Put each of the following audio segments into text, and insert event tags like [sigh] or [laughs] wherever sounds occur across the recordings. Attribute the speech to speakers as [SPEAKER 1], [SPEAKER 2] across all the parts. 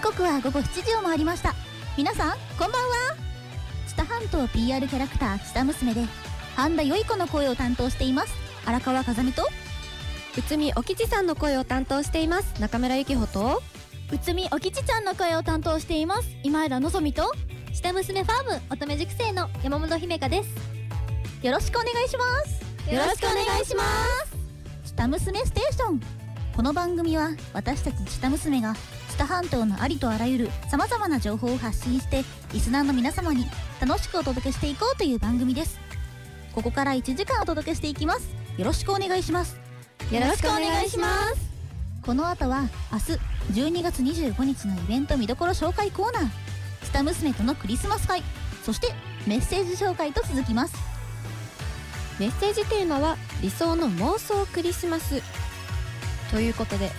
[SPEAKER 1] 刻は午後7時を回りました皆さんこんばんは知多半島 PR キャラクター知多娘で半田よい子の声を担当しています荒川風美と
[SPEAKER 2] 内海お吉さんの声を担当しています中村ゆきほと
[SPEAKER 3] 内海お吉ちゃんの声を担当しています今枝のぞみと下娘ファーム乙女塾生の山本姫香です
[SPEAKER 1] よろしくお願いします
[SPEAKER 2] よろしくお願いします
[SPEAKER 1] 知多娘ステーションこの番組は私たち知多娘が知多半島のありとあらゆる様々な情報を発信してリスナーの皆様に楽しくお届けしていこうという番組ですここから1時間お届けしていきますよろしくお願いします
[SPEAKER 2] よろしくお願いします
[SPEAKER 1] この後は明日12月25日のイベント見どころ紹介コーナー「スタ娘とのクリスマス会」そしてメッセージ紹介と続きます
[SPEAKER 2] メッセージテーマは「理想の妄想クリスマス」ということで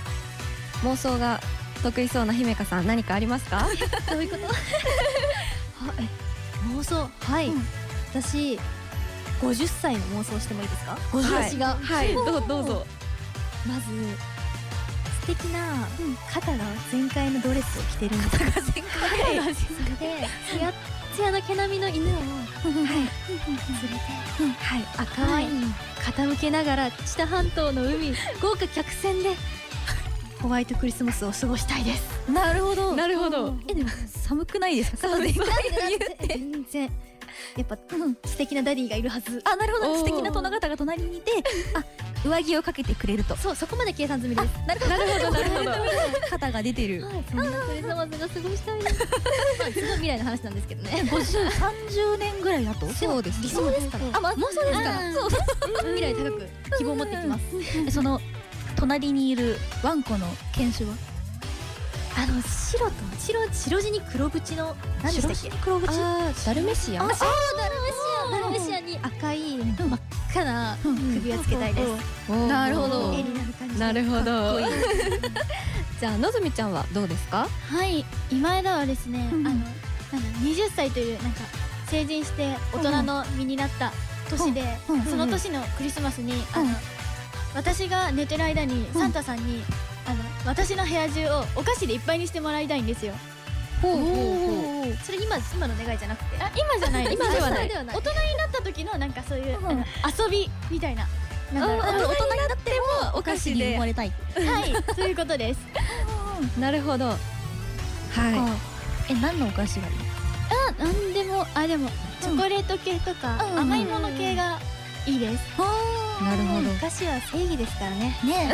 [SPEAKER 2] 妄想が得意そうな姫香さん何かあります [laughs] か
[SPEAKER 3] どういうこと [laughs] 妄想はい、うん、私50歳の妄想してもいいですか
[SPEAKER 2] 私がはい、はい、どうどうぞ
[SPEAKER 3] まず素敵な肩が全開のドレスを着てるんです肩
[SPEAKER 2] が全開、はい、
[SPEAKER 3] それでツヤツヤの毛並み
[SPEAKER 1] [laughs]
[SPEAKER 3] の犬を、はい、連れて、はい、赤ワイン傾けながら知多半島の海豪華客船でホワイトクリスマスを過ごしたいです
[SPEAKER 2] なるほど
[SPEAKER 3] なるほど
[SPEAKER 1] えでも寒くないですか
[SPEAKER 2] そうです
[SPEAKER 3] 全然やっぱ、うん、素敵なダディがいるはず
[SPEAKER 1] あなるほど素敵な殿方が隣にいてあ上着をかけてくれると
[SPEAKER 3] そうそこまで計算済みです
[SPEAKER 2] なるほどなるほど
[SPEAKER 1] 肩が出てる、
[SPEAKER 3] はい、そんなクリスマスが過ごしたいですまあすごい未来の話なんですけどね
[SPEAKER 1] 50 30年ぐらいだと
[SPEAKER 2] そうです
[SPEAKER 3] 理想ですから
[SPEAKER 2] あ、ま、妄想ですから
[SPEAKER 3] そう未来高く希望を持ってきます
[SPEAKER 1] その隣にいるワンコの犬種は
[SPEAKER 3] あの白と白白地に黒縁の
[SPEAKER 1] 何でしたっけ黒縁
[SPEAKER 2] あダルメシア
[SPEAKER 3] あダルメシアダルメシアに赤い真っ赤な首をつけたいです、
[SPEAKER 2] うん、なるほど
[SPEAKER 3] な
[SPEAKER 2] るほど [laughs] じゃあのぞみちゃんはどうですか
[SPEAKER 4] はい今枝はですね、うん、あのなん20歳というなんか成人して大人の身になった年で、うん、その年のクリスマスに、あの私が寝てる間にサンタさんに、あの私の部屋中をお菓子でいっぱいにしてもらいたいんですよ。
[SPEAKER 2] ほうほうほ
[SPEAKER 3] うそれ今今の願いじゃなくて
[SPEAKER 4] あ今じゃない
[SPEAKER 2] 今ではない
[SPEAKER 4] 大人になった時のなんかそういう、遊びみたいな
[SPEAKER 2] なんか大人になってもお菓子で
[SPEAKER 1] 生まれたい
[SPEAKER 4] はいそういうことです
[SPEAKER 2] なるほどはい
[SPEAKER 1] え何のお菓子がいい
[SPEAKER 4] あ何でもあでもチョコレート系とか、甘いもの系がいいです、
[SPEAKER 2] なるほど。
[SPEAKER 3] 歌詞は正義ですからね。
[SPEAKER 1] ね。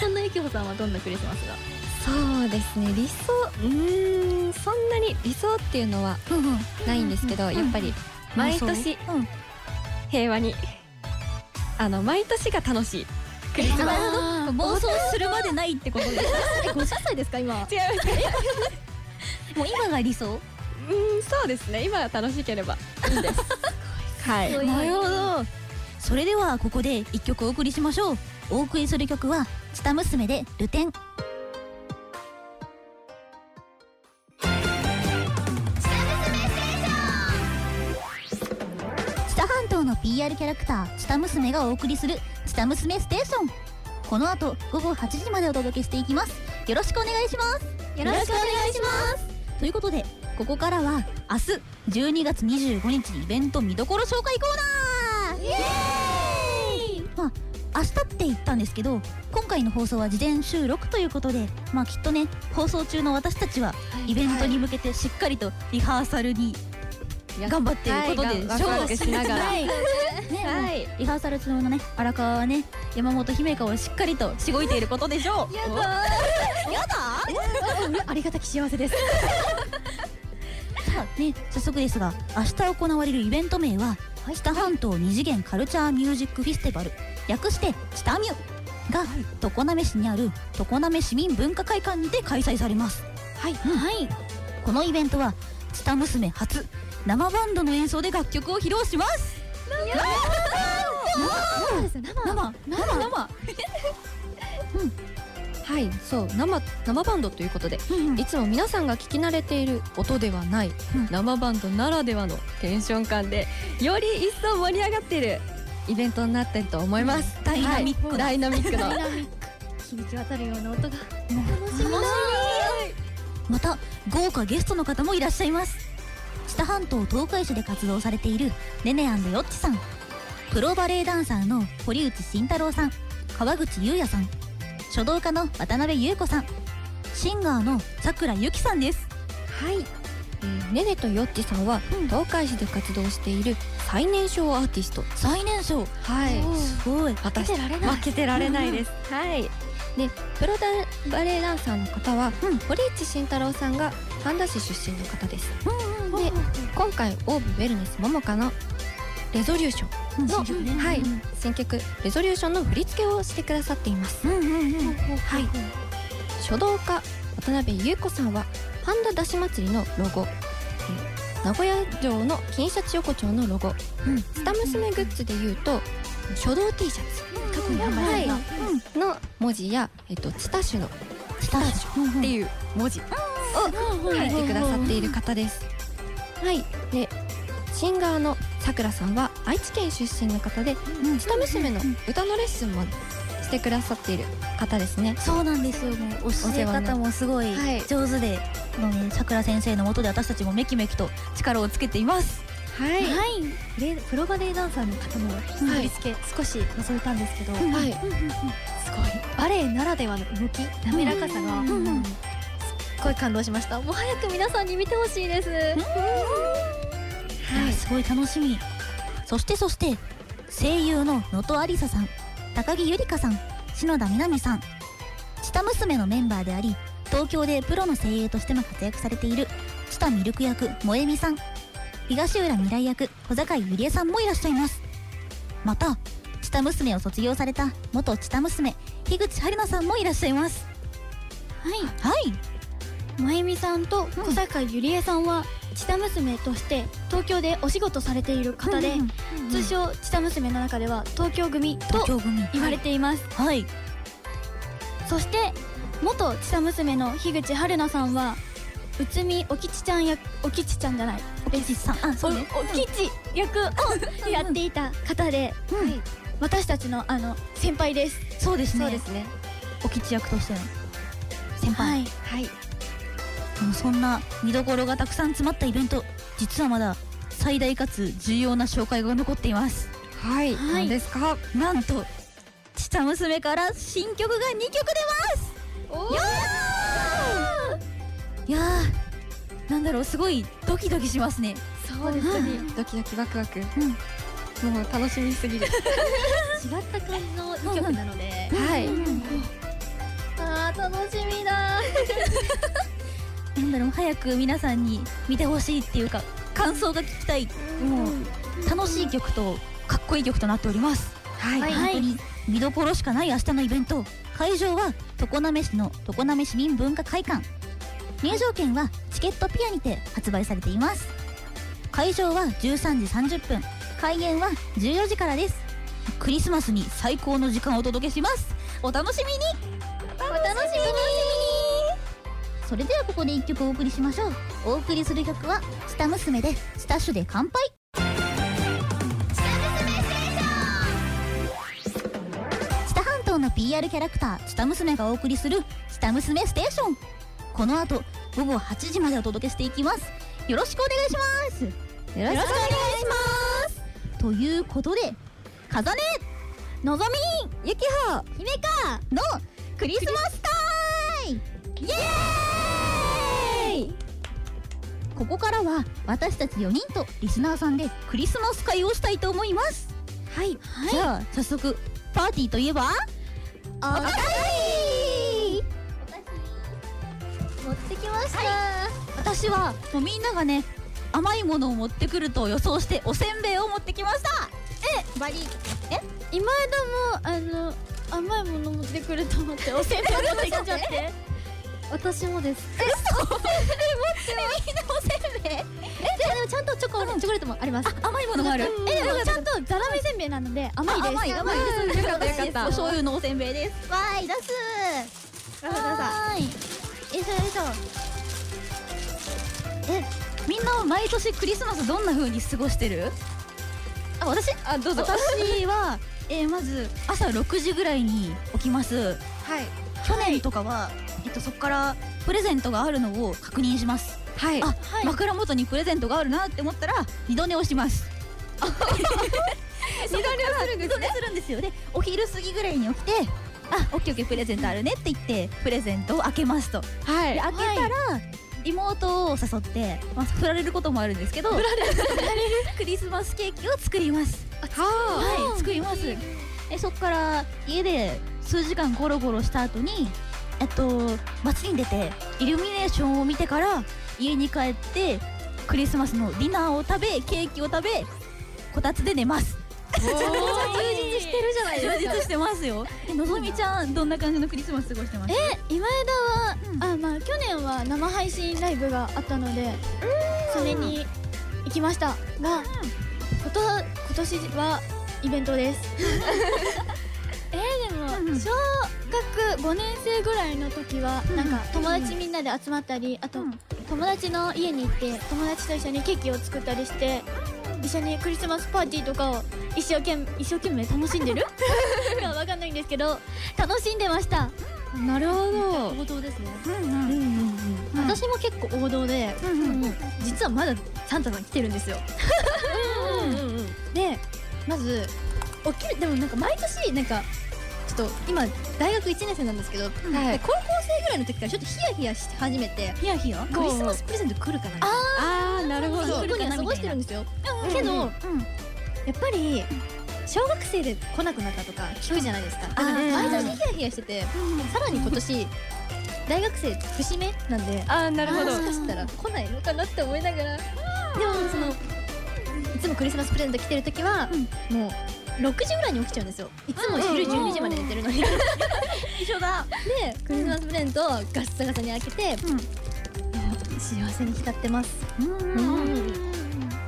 [SPEAKER 3] そんなゆきほさんはどんなクリスマスが。
[SPEAKER 2] そうですね。理想、うん、そんなに理想っていうのはないんですけど、やっぱり毎年平和に、あの毎年が楽しい。クリスマス
[SPEAKER 1] 妄想するまでないってことです。
[SPEAKER 3] え、五十歳ですか今。違
[SPEAKER 2] い、
[SPEAKER 1] ます。もう今が理想。うん
[SPEAKER 2] そうですね。今楽しければいいです。はい。
[SPEAKER 1] なるほど。それではここで1曲お送りしましょうお送りする曲は「チタ娘」で「ルテン」知多半島の PR キャラクターチタ娘がお送りする「チタ娘ステーション」この後午後8時までお届けしていきますよろしくお願いします
[SPEAKER 3] よろしくお願いします
[SPEAKER 1] ということでここからは明日12月25日イベント見どころ紹介コーナーイエーイまあ明日って言ったんですけど今回の放送は事前収録ということでまあきっとね放送中の私たちはイベントに向けてしっかりとリハーサルに頑張っていることで
[SPEAKER 2] 勝負しながら、はい、ね、
[SPEAKER 1] はい、リハーサル中のね荒川はね山本姫香をしっかりと
[SPEAKER 2] [laughs]
[SPEAKER 1] しごいていることでしょ
[SPEAKER 3] うやだ
[SPEAKER 1] や
[SPEAKER 3] だありがたき幸せです
[SPEAKER 1] さあね早速ですが明日行われるイベント名は知多半島二次元カルチャーミュージックフェスティバル略して知多ミュが常滑市にある常滑市民文化会館にて開催されます
[SPEAKER 2] はい、
[SPEAKER 1] はい、このイベントは知多娘初生バンドの演奏で楽曲を披露します
[SPEAKER 3] 生生
[SPEAKER 1] 生生
[SPEAKER 2] はいそう生生バンドということで、いつも皆さんが聞き慣れている音ではない、生バンドならではのテンション感でより一層盛り上がっているイベントになってると思います、
[SPEAKER 1] ダイナミック、
[SPEAKER 2] [laughs] ダイナミックの
[SPEAKER 3] 響き渡るような音が楽しみ
[SPEAKER 1] だまた豪華ゲストの方もいらっしゃいます知多半島東海市で活動されているねねヨッチさんプロバレエダンサーの堀内慎太郎さん川口優也さん書道家の渡辺優子さんシンガーのさくらゆきさんです
[SPEAKER 2] はい、えーねねとよっちさんは
[SPEAKER 1] うん
[SPEAKER 2] 東海市で活動している最年少アーティスト
[SPEAKER 1] 最年少
[SPEAKER 2] はい
[SPEAKER 1] すごい
[SPEAKER 2] 私
[SPEAKER 4] 出られない
[SPEAKER 2] 負けてられないです、はいでプロダバレエダンサーの方は、
[SPEAKER 1] うん
[SPEAKER 2] 堀内慎太郎さんが半田市出身の方です、で今回オーブウェルネスももかの「レゾリューション
[SPEAKER 1] の
[SPEAKER 4] そうね
[SPEAKER 2] はい新曲「レゾリューション」の振り付けをしてくださっています
[SPEAKER 1] うんうんうん
[SPEAKER 2] はい書道家渡辺優子さんはパンダだし祭りのロゴえー名古屋城の金シャチ横丁のロゴ
[SPEAKER 1] うん
[SPEAKER 2] スタ娘グッズでいうと書道 T シャツ
[SPEAKER 1] 過去に販売されたうん
[SPEAKER 2] の文字や、えっと、チタシュのっ
[SPEAKER 1] スタジオって
[SPEAKER 2] て
[SPEAKER 1] いう
[SPEAKER 2] いう文字を書いてくださっている方です。はい、でシンガーのさくらさんは愛知県出身の方で「チタ娘」の歌のレッスンもしてくださっている方ですね。
[SPEAKER 1] そうなんですよもう教え方もすごい
[SPEAKER 2] はい
[SPEAKER 1] 上手でもうねさくら先生のもとで私たちもめきめきと力をつけています
[SPEAKER 2] はい
[SPEAKER 4] はいプロバレエダンサーの方の振り付け少し覗いたんですけど、す
[SPEAKER 2] は
[SPEAKER 4] ご
[SPEAKER 2] い
[SPEAKER 4] いバレエならではの動き滑らかさが、
[SPEAKER 1] うんうん
[SPEAKER 4] すっごい感動しましたもう早く皆さんに見てほしいです、
[SPEAKER 1] いやすごい楽しみそしてそして声優の能登ありささん高木ゆりかさん篠田みなみさんチタ娘のメンバーであり東京でプロの声優としても活躍されているチタミルク役萌実さん東浦未来役小坂井ゆりえさんもいらっしゃいますまたチタ娘を卒業された元チタ娘樋口春奈さんもいらっしゃいます
[SPEAKER 4] はい
[SPEAKER 1] はい
[SPEAKER 4] まゆみさんと小坂ゆりえさんは、チタ娘として東京でお仕事されている方で、
[SPEAKER 1] うんうんうん
[SPEAKER 4] 通称チタ娘の中では東京組
[SPEAKER 1] 東
[SPEAKER 4] と
[SPEAKER 1] 京組
[SPEAKER 4] 言われています、
[SPEAKER 1] はい
[SPEAKER 4] そして元チタ娘の樋口春奈さんは宇都宮おきちちゃん役おきちちゃんじゃない
[SPEAKER 1] おきちさんあそうね
[SPEAKER 4] おおきち役をやっていた方で、
[SPEAKER 1] うん
[SPEAKER 4] はい私たちのあの先輩です
[SPEAKER 1] そうです
[SPEAKER 2] そう
[SPEAKER 1] ね
[SPEAKER 2] ですね。
[SPEAKER 1] お吉役としての先
[SPEAKER 4] はい
[SPEAKER 1] 輩、
[SPEAKER 2] はい。
[SPEAKER 1] もうそんな見どころがたくさん詰まったイベント実はまだ最大かつ重要な紹介が残っています
[SPEAKER 2] はい。
[SPEAKER 4] はい
[SPEAKER 2] 何ですか。
[SPEAKER 1] なんと「チタ娘」から新曲が2曲出ますよーいやーなんだろうすごいドキドキしますね
[SPEAKER 2] そうですね。ドキドキワクワク。もう楽しみすぎる。
[SPEAKER 4] 違った感じの2曲なので、
[SPEAKER 2] はい。
[SPEAKER 4] あー楽しみだ
[SPEAKER 1] なんだろう早く皆さんに見てほしいっていうか感想が聞きたいもう楽しい曲とかっこいい曲となっております
[SPEAKER 2] はい
[SPEAKER 1] 本当に見どころしかない明日のイベント会場は常滑市の常滑市民文化会館入場券はチケットピアにて発売されています会場は13時30分開演は14時からですクリスマスに最高の時間をお届けしますお楽しみにお楽しみにそれではここで1曲お送りしましょうお送りする曲は「スタ娘」で「スタッシュで乾杯」知多半島の PR キャラクター知多娘がお送りする「知多娘ステーション」この後午後8時までお届けしていきますよろしくお願いしますよ
[SPEAKER 2] よろしく
[SPEAKER 1] 願いしますということで風音のぞみゆきほ姫かのクリスマス会イエーイここからは私たち4人とリスナーさんでクリスマス会をしたいと思います
[SPEAKER 4] はい
[SPEAKER 1] じゃあ早速パーティーといえばおかわり
[SPEAKER 4] 持ってきました、
[SPEAKER 1] 私はもうみんながね甘いものを持ってくると予想しておせんべいを持ってきましたえバリ
[SPEAKER 4] 今枝もあの甘いもの持ってくると思っておせんべい持ってきちゃって [laughs] 私もです
[SPEAKER 1] みんなおせんべい
[SPEAKER 4] でもちゃんとチョコ、チョコレートもあります
[SPEAKER 1] あ甘いものがある
[SPEAKER 4] えでもちゃんとザラメせんべいなので甘いです
[SPEAKER 1] 甘い甘いですよかったよかったお醤油のおせんべいですわーい出す
[SPEAKER 4] ラフラフ
[SPEAKER 1] ーいよいしょよいしょえみんなは毎年クリスマスどんな風に過ごしてるあ私
[SPEAKER 2] あ、どうぞ。
[SPEAKER 1] 私は、えーまず朝6時ぐらいに起きます
[SPEAKER 2] はい。
[SPEAKER 1] 去年とかは、えっと、そこからプレゼントがあるのを確認します
[SPEAKER 2] はい
[SPEAKER 1] あ、
[SPEAKER 5] はい
[SPEAKER 1] 枕元にプレゼントがあるなって思ったら二度寝をし
[SPEAKER 2] [laughs]
[SPEAKER 1] ます
[SPEAKER 2] 二度寝をするんで
[SPEAKER 1] 二度寝するんですよでお昼過ぎぐらいに起きてあオッケーオッケープレゼントあるねって言ってプレゼントを開けますと
[SPEAKER 2] は
[SPEAKER 1] で
[SPEAKER 2] い
[SPEAKER 1] 開けたら、妹を誘って、まあ、振られることもあるんですけど振られる [laughs] クリスマスケーキを作ります
[SPEAKER 2] は
[SPEAKER 1] はい作りますえそこから家で数時間ゴロゴロした後にえっと街に出てイルミネーションを見てから家に帰ってクリスマスのディナーを食べケーキを食べこたつで寝ます
[SPEAKER 2] い
[SPEAKER 1] 充
[SPEAKER 2] 充実してるじゃな
[SPEAKER 1] [laughs]
[SPEAKER 2] い
[SPEAKER 1] 充実してますよえのぞみちゃんどんな感じのクリスマス過ごしてますえ
[SPEAKER 5] 今
[SPEAKER 1] うん
[SPEAKER 5] 枝は、あまあ去年は生配信ライブがあったのでそれに行きましたがこと今年はイベントです [laughs] えー、で
[SPEAKER 1] うん
[SPEAKER 5] も小学5年生ぐらいの時は
[SPEAKER 1] うん
[SPEAKER 5] なんか友達みんなで集まったりあと
[SPEAKER 1] うん
[SPEAKER 5] 友達の家に行って友達と一緒にケーキを作ったりして一緒にクリスマスパーティーとかを一生懸命一生懸命楽しん
[SPEAKER 6] [laughs]
[SPEAKER 5] でるかわかんないんですけど楽しんでました
[SPEAKER 2] なるほど
[SPEAKER 6] 王道ですね
[SPEAKER 1] うんうんうん
[SPEAKER 6] 私も結構王道で
[SPEAKER 1] うん
[SPEAKER 6] もう実はまだサンタさん来てるんですよでまず起きるでもなんか毎年なんかちょっと今大学1年生なんですけど、
[SPEAKER 2] はい
[SPEAKER 6] で高校生ぐらいの時からちょっとヒヤヒヤして始めて
[SPEAKER 1] ヒヤヒヤ
[SPEAKER 6] クリスマスプレゼント来るかな
[SPEAKER 2] ああなるほ
[SPEAKER 6] そう
[SPEAKER 2] ど
[SPEAKER 6] そういうふうには過ごしてるんですよけど、やっぱり小学生で来なくなったとか聞くじゃないですか
[SPEAKER 2] あー
[SPEAKER 6] 毎年ヒヤヒヤしててさらに今年大学生節目なんで
[SPEAKER 2] ああなるほど
[SPEAKER 6] もしかしたら来ないのかなって思いながらでもそのいつもクリスマスプレゼント来てる時は、もう6時ぐらいに起きちゃうんですよいつも昼12時まで寝て
[SPEAKER 5] [laughs]
[SPEAKER 6] るのにで
[SPEAKER 1] 一緒
[SPEAKER 6] [laughs]
[SPEAKER 1] だ
[SPEAKER 6] クリスマスプレゼントをガッサガサに開けて、
[SPEAKER 1] うん
[SPEAKER 6] 幸せに浸ってます
[SPEAKER 1] うん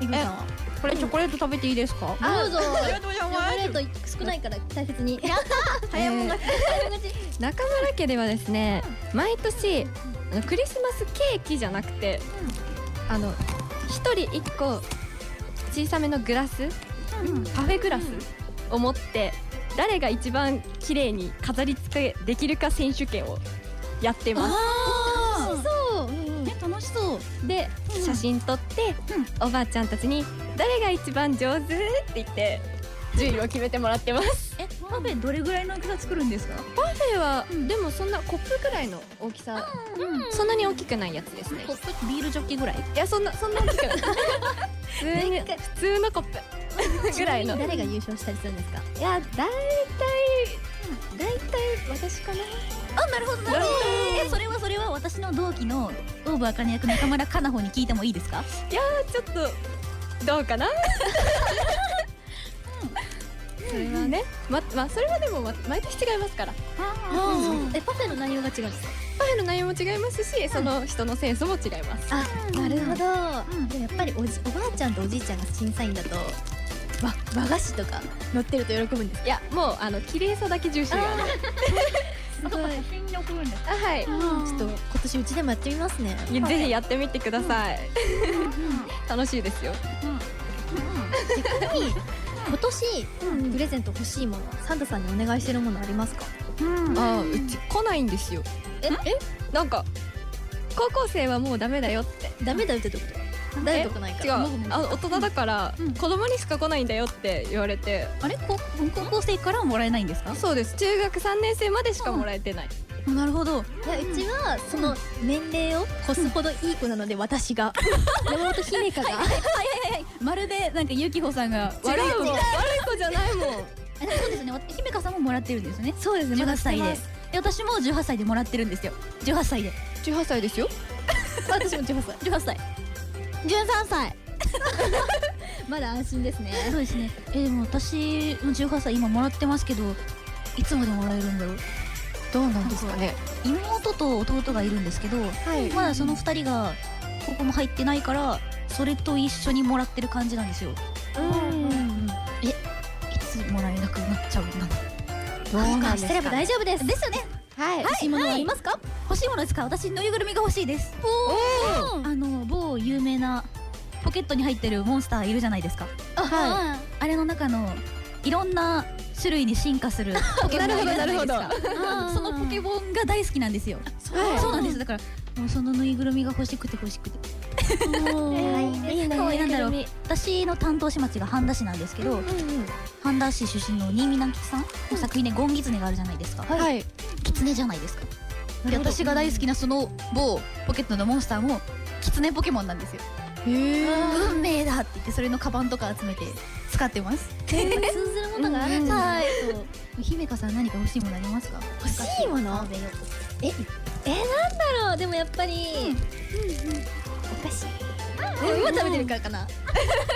[SPEAKER 6] イグさんは
[SPEAKER 2] これチョコレート食べていいですか
[SPEAKER 6] どうぞ
[SPEAKER 2] ありがとうござい
[SPEAKER 6] チョコレー
[SPEAKER 2] ま
[SPEAKER 6] ト少ないから大切に
[SPEAKER 2] す早もが中村家ではですね毎年あのクリスマスケーキじゃなくてあの一人一個小さめのグラスパフェグラスを持って誰が一番綺麗に飾り付けできるか選手権をやってます
[SPEAKER 1] あ
[SPEAKER 6] そう、う
[SPEAKER 1] ー
[SPEAKER 6] ん
[SPEAKER 1] 楽しそう
[SPEAKER 2] で写真撮って、おばあちゃんたちに「誰が一番上手?」って言って順位を決めてもらってます
[SPEAKER 1] えパフェどれぐらいの大きさ作るんですか
[SPEAKER 2] パフェは、でもそんなコップくらいの大きさ、そんなに大きくないやつですね
[SPEAKER 1] コップビールジョッキぐらい
[SPEAKER 2] いやそんなそんな大きくない普通に普通のコップぐらいの
[SPEAKER 6] 誰が優勝したりするんですか
[SPEAKER 2] いや大体大体私かな
[SPEAKER 1] あなるほどなるほどえそれはそれは私の同期のオーブ茜役中村かなほに聞いてもいいですか
[SPEAKER 2] ちょっとどうかなそれはねままあそれはでもま毎年違いますから
[SPEAKER 6] えパフェの内容が違うんですか
[SPEAKER 2] パフェの内容も違いますしその人のセンスも違います
[SPEAKER 6] あなるほど、
[SPEAKER 1] うん
[SPEAKER 6] でもやっぱりおじおばあちゃんとおじいちゃんが審査員だとわ和菓子とか乗ってると喜ぶんです
[SPEAKER 2] いやもうあの綺麗さだけ重視がある
[SPEAKER 6] すごい
[SPEAKER 1] に送るんだ
[SPEAKER 2] あはい
[SPEAKER 6] ちょっと今年うちでもやってみます [laughs] ね
[SPEAKER 2] ぜひやってみてください楽しいですよ
[SPEAKER 6] 逆に今年、プレゼント欲しいものサンタさんにお願いしてるものありますか
[SPEAKER 2] あうち来ないんですよ
[SPEAKER 6] ええ
[SPEAKER 2] なんか高校生はもうダメだよって
[SPEAKER 6] ダメだよってこと誰とかないか
[SPEAKER 2] 違う
[SPEAKER 6] ら
[SPEAKER 2] あ大人だから
[SPEAKER 1] うん
[SPEAKER 2] 子供にしか来ないんだよって言われて
[SPEAKER 1] あれこ高校生からはもらえないんですか
[SPEAKER 2] そうです中学3年生までしかもらえてない
[SPEAKER 1] なるほど
[SPEAKER 6] いやうちはその年齢を越すほどいい子なので私 [laughs] が山本姫香が
[SPEAKER 1] まるでなんかゆきほさんが
[SPEAKER 2] 悪
[SPEAKER 1] 悪い
[SPEAKER 2] い
[SPEAKER 1] 子
[SPEAKER 2] 子悪い子じゃないもん
[SPEAKER 1] あそうですねわ姫香さんももらってるんですよね
[SPEAKER 6] そうですねまだ
[SPEAKER 1] 18
[SPEAKER 6] して
[SPEAKER 1] 歳で
[SPEAKER 6] ます
[SPEAKER 1] で私も18歳でもらってるんですよ18歳で
[SPEAKER 2] 18歳ですよ
[SPEAKER 6] 私も18歳
[SPEAKER 1] 18歳
[SPEAKER 6] 13歳まだ安心ですね
[SPEAKER 1] そうですね。えでも私も18歳今もらってますけど、いつまでもらえるんだろう。
[SPEAKER 2] どうなん
[SPEAKER 1] ですかね妹と弟がいるんですけど、
[SPEAKER 2] はい
[SPEAKER 1] まだその二人がここも入ってないから、それと一緒にもらってる感じなんですよ。いつもらえなくなっちゃうんだ。
[SPEAKER 2] どうなんです
[SPEAKER 6] してれば
[SPEAKER 2] かね
[SPEAKER 6] 大丈夫です
[SPEAKER 1] ですよね。
[SPEAKER 2] はい
[SPEAKER 6] 欲しいものはありますか
[SPEAKER 1] 欲しいものですか。私ぬいぐるみが欲しいです。
[SPEAKER 2] お
[SPEAKER 1] あの某有名なポケットに入ってるモンスターいるじゃないですか。
[SPEAKER 2] は
[SPEAKER 1] あれの中のいろんな種類に進化す [laughs] るポケモンいるじゃないですか。
[SPEAKER 2] なるほどなるほど
[SPEAKER 1] [laughs] そのポケモンが大好きなんですよ。そうなんです。だからもうそのぬいぐるみが欲しくて欲しくて
[SPEAKER 3] いいね
[SPEAKER 1] 可愛いなんだろう
[SPEAKER 3] ぬい
[SPEAKER 1] 私の担当市町が半田市なんですけど、
[SPEAKER 3] ぐるみうんうん
[SPEAKER 1] 半田市出身の新見南吉さんの作品でゴンギツネがあるじゃないですか、
[SPEAKER 3] はい
[SPEAKER 1] キツネじゃないですか
[SPEAKER 6] な
[SPEAKER 1] で
[SPEAKER 6] るほど
[SPEAKER 1] 私が大好きなその某ポケットのモンスターもキツネポケモンなんですよ
[SPEAKER 3] へえ
[SPEAKER 1] 運命だって言ってそれのカバンとか集めて使ってます
[SPEAKER 6] 通ずるものがあるんだ
[SPEAKER 1] はい姫香さん何か欲しいものありますか欲しいもの
[SPEAKER 3] なんだろうでもやっぱり
[SPEAKER 2] お菓子
[SPEAKER 1] 今食べてるからかな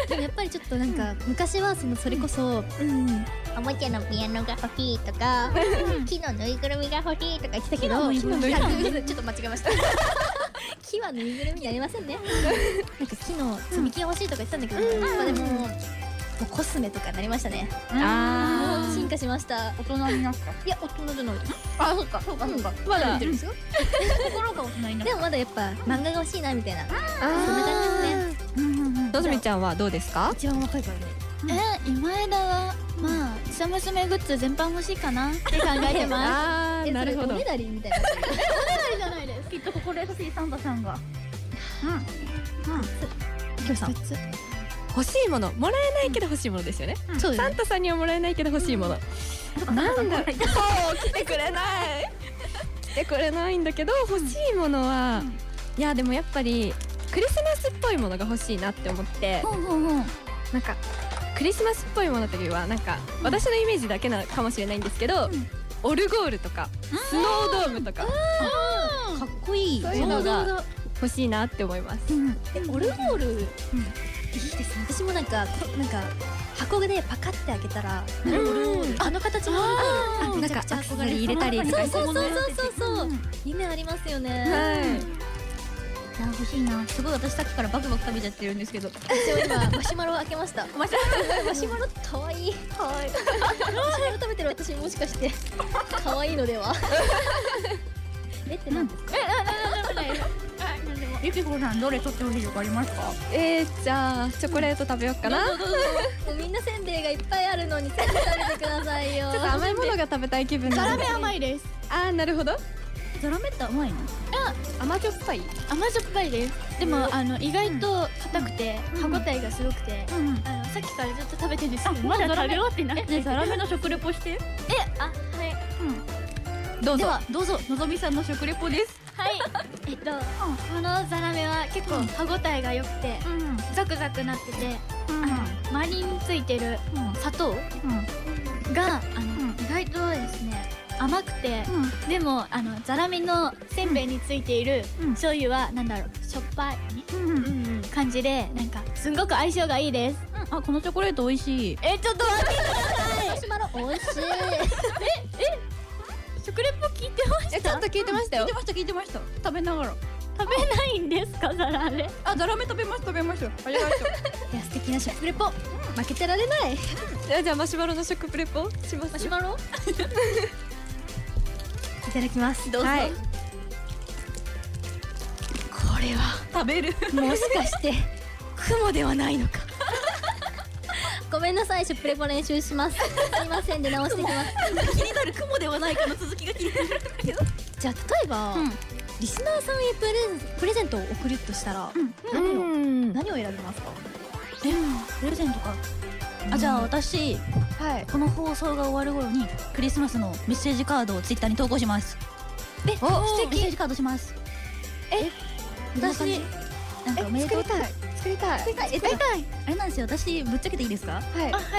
[SPEAKER 2] でもやっぱりちょっとなんか昔はそのそれこそ
[SPEAKER 7] おもちゃのピアノが欲しいとか木のぬいぐるみが欲しいとか言ってたけ
[SPEAKER 1] 木の
[SPEAKER 7] ど
[SPEAKER 1] ぬいぐる
[SPEAKER 7] [laughs]
[SPEAKER 1] み
[SPEAKER 7] ちょっと間違えました
[SPEAKER 2] 木はぬいぐるみになりませんねなんか木の積み木が欲しいとか言ってたんだけど、
[SPEAKER 7] ん
[SPEAKER 2] まあでももうコスメとかになりましたね
[SPEAKER 3] あ
[SPEAKER 1] ー
[SPEAKER 2] 進化しました
[SPEAKER 1] 大人になった
[SPEAKER 2] いや大人じゃない
[SPEAKER 1] あそうかそうかそうか
[SPEAKER 3] まだ
[SPEAKER 1] るんですよ [laughs] 心が大人になっ
[SPEAKER 2] でもまだやっぱ漫画が欲しいなみたいなそんな感じですね
[SPEAKER 3] のぞみちゃんはどうですか
[SPEAKER 2] 一番若いからね
[SPEAKER 6] え今枝はまあ下娘グッズ全般欲しいかなって考えてま
[SPEAKER 3] あーなるほど
[SPEAKER 2] おねだりみたいな
[SPEAKER 7] [laughs]
[SPEAKER 6] すじゃないです
[SPEAKER 1] きっと心優しいサンタさんが
[SPEAKER 2] 今日さん
[SPEAKER 3] 欲しいものもらえないけど欲しいものですよね
[SPEAKER 6] そう
[SPEAKER 3] サンタさんにはもらえないけど欲しいものなんだろう来てくれない来てくれないんだけど欲しいものは
[SPEAKER 1] うん
[SPEAKER 3] いやでもやっぱりクリスマスっぽいものが欲しいなって思って
[SPEAKER 1] ほんほんほん
[SPEAKER 3] なんかクリスマスっぽいものというよりはなんか私のイメージだけなのかもしれないんですけど
[SPEAKER 1] ん
[SPEAKER 3] オルゴールとかスノードームと
[SPEAKER 1] か
[SPEAKER 3] か
[SPEAKER 1] っこいい
[SPEAKER 3] そういうのが欲しいなって思います
[SPEAKER 1] うん
[SPEAKER 2] えオルゴール、いいですね私もなんかこなんか箱でパカって開けたらなんかオルゴールあの形のオルゴール
[SPEAKER 3] な
[SPEAKER 2] め
[SPEAKER 3] ん
[SPEAKER 2] ち
[SPEAKER 3] か
[SPEAKER 2] ゃ
[SPEAKER 3] ア
[SPEAKER 2] く
[SPEAKER 3] ク
[SPEAKER 2] ちゃ
[SPEAKER 3] セ
[SPEAKER 2] 憧
[SPEAKER 3] サ
[SPEAKER 2] れ
[SPEAKER 3] リー入れたりと
[SPEAKER 2] そ
[SPEAKER 3] か
[SPEAKER 2] うそうそうそうそううん夢ありますよね
[SPEAKER 3] はい
[SPEAKER 1] いや欲しいなすごい私さっきからバクバク食べちゃってるんですけど
[SPEAKER 2] 私は今マシュマロを開けましたマシュマロ可愛い可愛いマシュマロ食べてる私もしかして可愛いのではえってなんですか
[SPEAKER 1] ゆきこさんどれとってほしいとかありますか
[SPEAKER 3] えーじゃあチョコレート食べようかな
[SPEAKER 2] もうみんなせんべいがいっぱいあるのにせんべい食べてくださいよ
[SPEAKER 3] ちょっと甘いものが食べたい気分
[SPEAKER 6] ザ
[SPEAKER 3] な
[SPEAKER 6] ラ
[SPEAKER 3] ので
[SPEAKER 6] メ甘いです
[SPEAKER 3] ああなるほど
[SPEAKER 1] ザラメって甘いの
[SPEAKER 3] 甘じょっぱい
[SPEAKER 6] 甘じょっぱいですでもあの意外と硬くて歯
[SPEAKER 1] うん
[SPEAKER 6] ごたえがすごくて
[SPEAKER 1] うん
[SPEAKER 6] あのさっきからずっと食べてるんですけど
[SPEAKER 1] まだ食べ終
[SPEAKER 6] わってない
[SPEAKER 1] ねザラメの食レポして
[SPEAKER 6] あはい
[SPEAKER 3] どう
[SPEAKER 1] で
[SPEAKER 3] ぞ
[SPEAKER 1] はどうぞのぞみさんの食レポです
[SPEAKER 6] はいえっとこのザラメは結構歯ごたえが良くて
[SPEAKER 1] うんうん
[SPEAKER 6] ザクザクなっててあの周りについてる砂糖があの、
[SPEAKER 1] うん
[SPEAKER 6] 意外とですね甘くて、
[SPEAKER 1] うん
[SPEAKER 6] でもあのザラメのせんべいについている
[SPEAKER 1] うん
[SPEAKER 6] 醤油はなんだろうしょっぱい
[SPEAKER 1] うんうん
[SPEAKER 6] 感じでなんかすんごく相性がいいです
[SPEAKER 1] あこのチョコレート美味しい
[SPEAKER 6] えちょっと待って
[SPEAKER 2] マシュマロ美味しい
[SPEAKER 6] 食レポ聞いてま
[SPEAKER 3] えちょっと聞いてました
[SPEAKER 1] 聞い
[SPEAKER 3] よ
[SPEAKER 1] てました聞いてました食べながら
[SPEAKER 6] 食べないんですかザラメ
[SPEAKER 1] あザラメ食べました食べましたありがとう
[SPEAKER 2] いや素敵な食レポ負けてられない
[SPEAKER 3] え [laughs] じゃあマシュマロの食レポします
[SPEAKER 2] マシュマロいただきます
[SPEAKER 3] どうぞはい
[SPEAKER 2] これは
[SPEAKER 1] 食べる
[SPEAKER 2] もしかして雲ではないのかごめんなさい食レポ練習しますすいませんで直してきます
[SPEAKER 1] 気になる雲ではないかの続きが気になる
[SPEAKER 2] じゃあ例えば、
[SPEAKER 1] うん
[SPEAKER 2] リスナーさんへプレプレゼントを送るとしたら、
[SPEAKER 3] うん
[SPEAKER 2] 何を選びますか
[SPEAKER 1] プレゼントかあじゃあ私
[SPEAKER 3] はい
[SPEAKER 1] この放送が終わる頃にクリスマスのメッセージカードをツイッターに投稿します
[SPEAKER 3] え
[SPEAKER 1] メッセージカードします
[SPEAKER 3] え
[SPEAKER 1] 私なんかおめでとう
[SPEAKER 3] い作りたい
[SPEAKER 1] たいえたいあれなんですよ私ぶっちゃけていいですか
[SPEAKER 3] は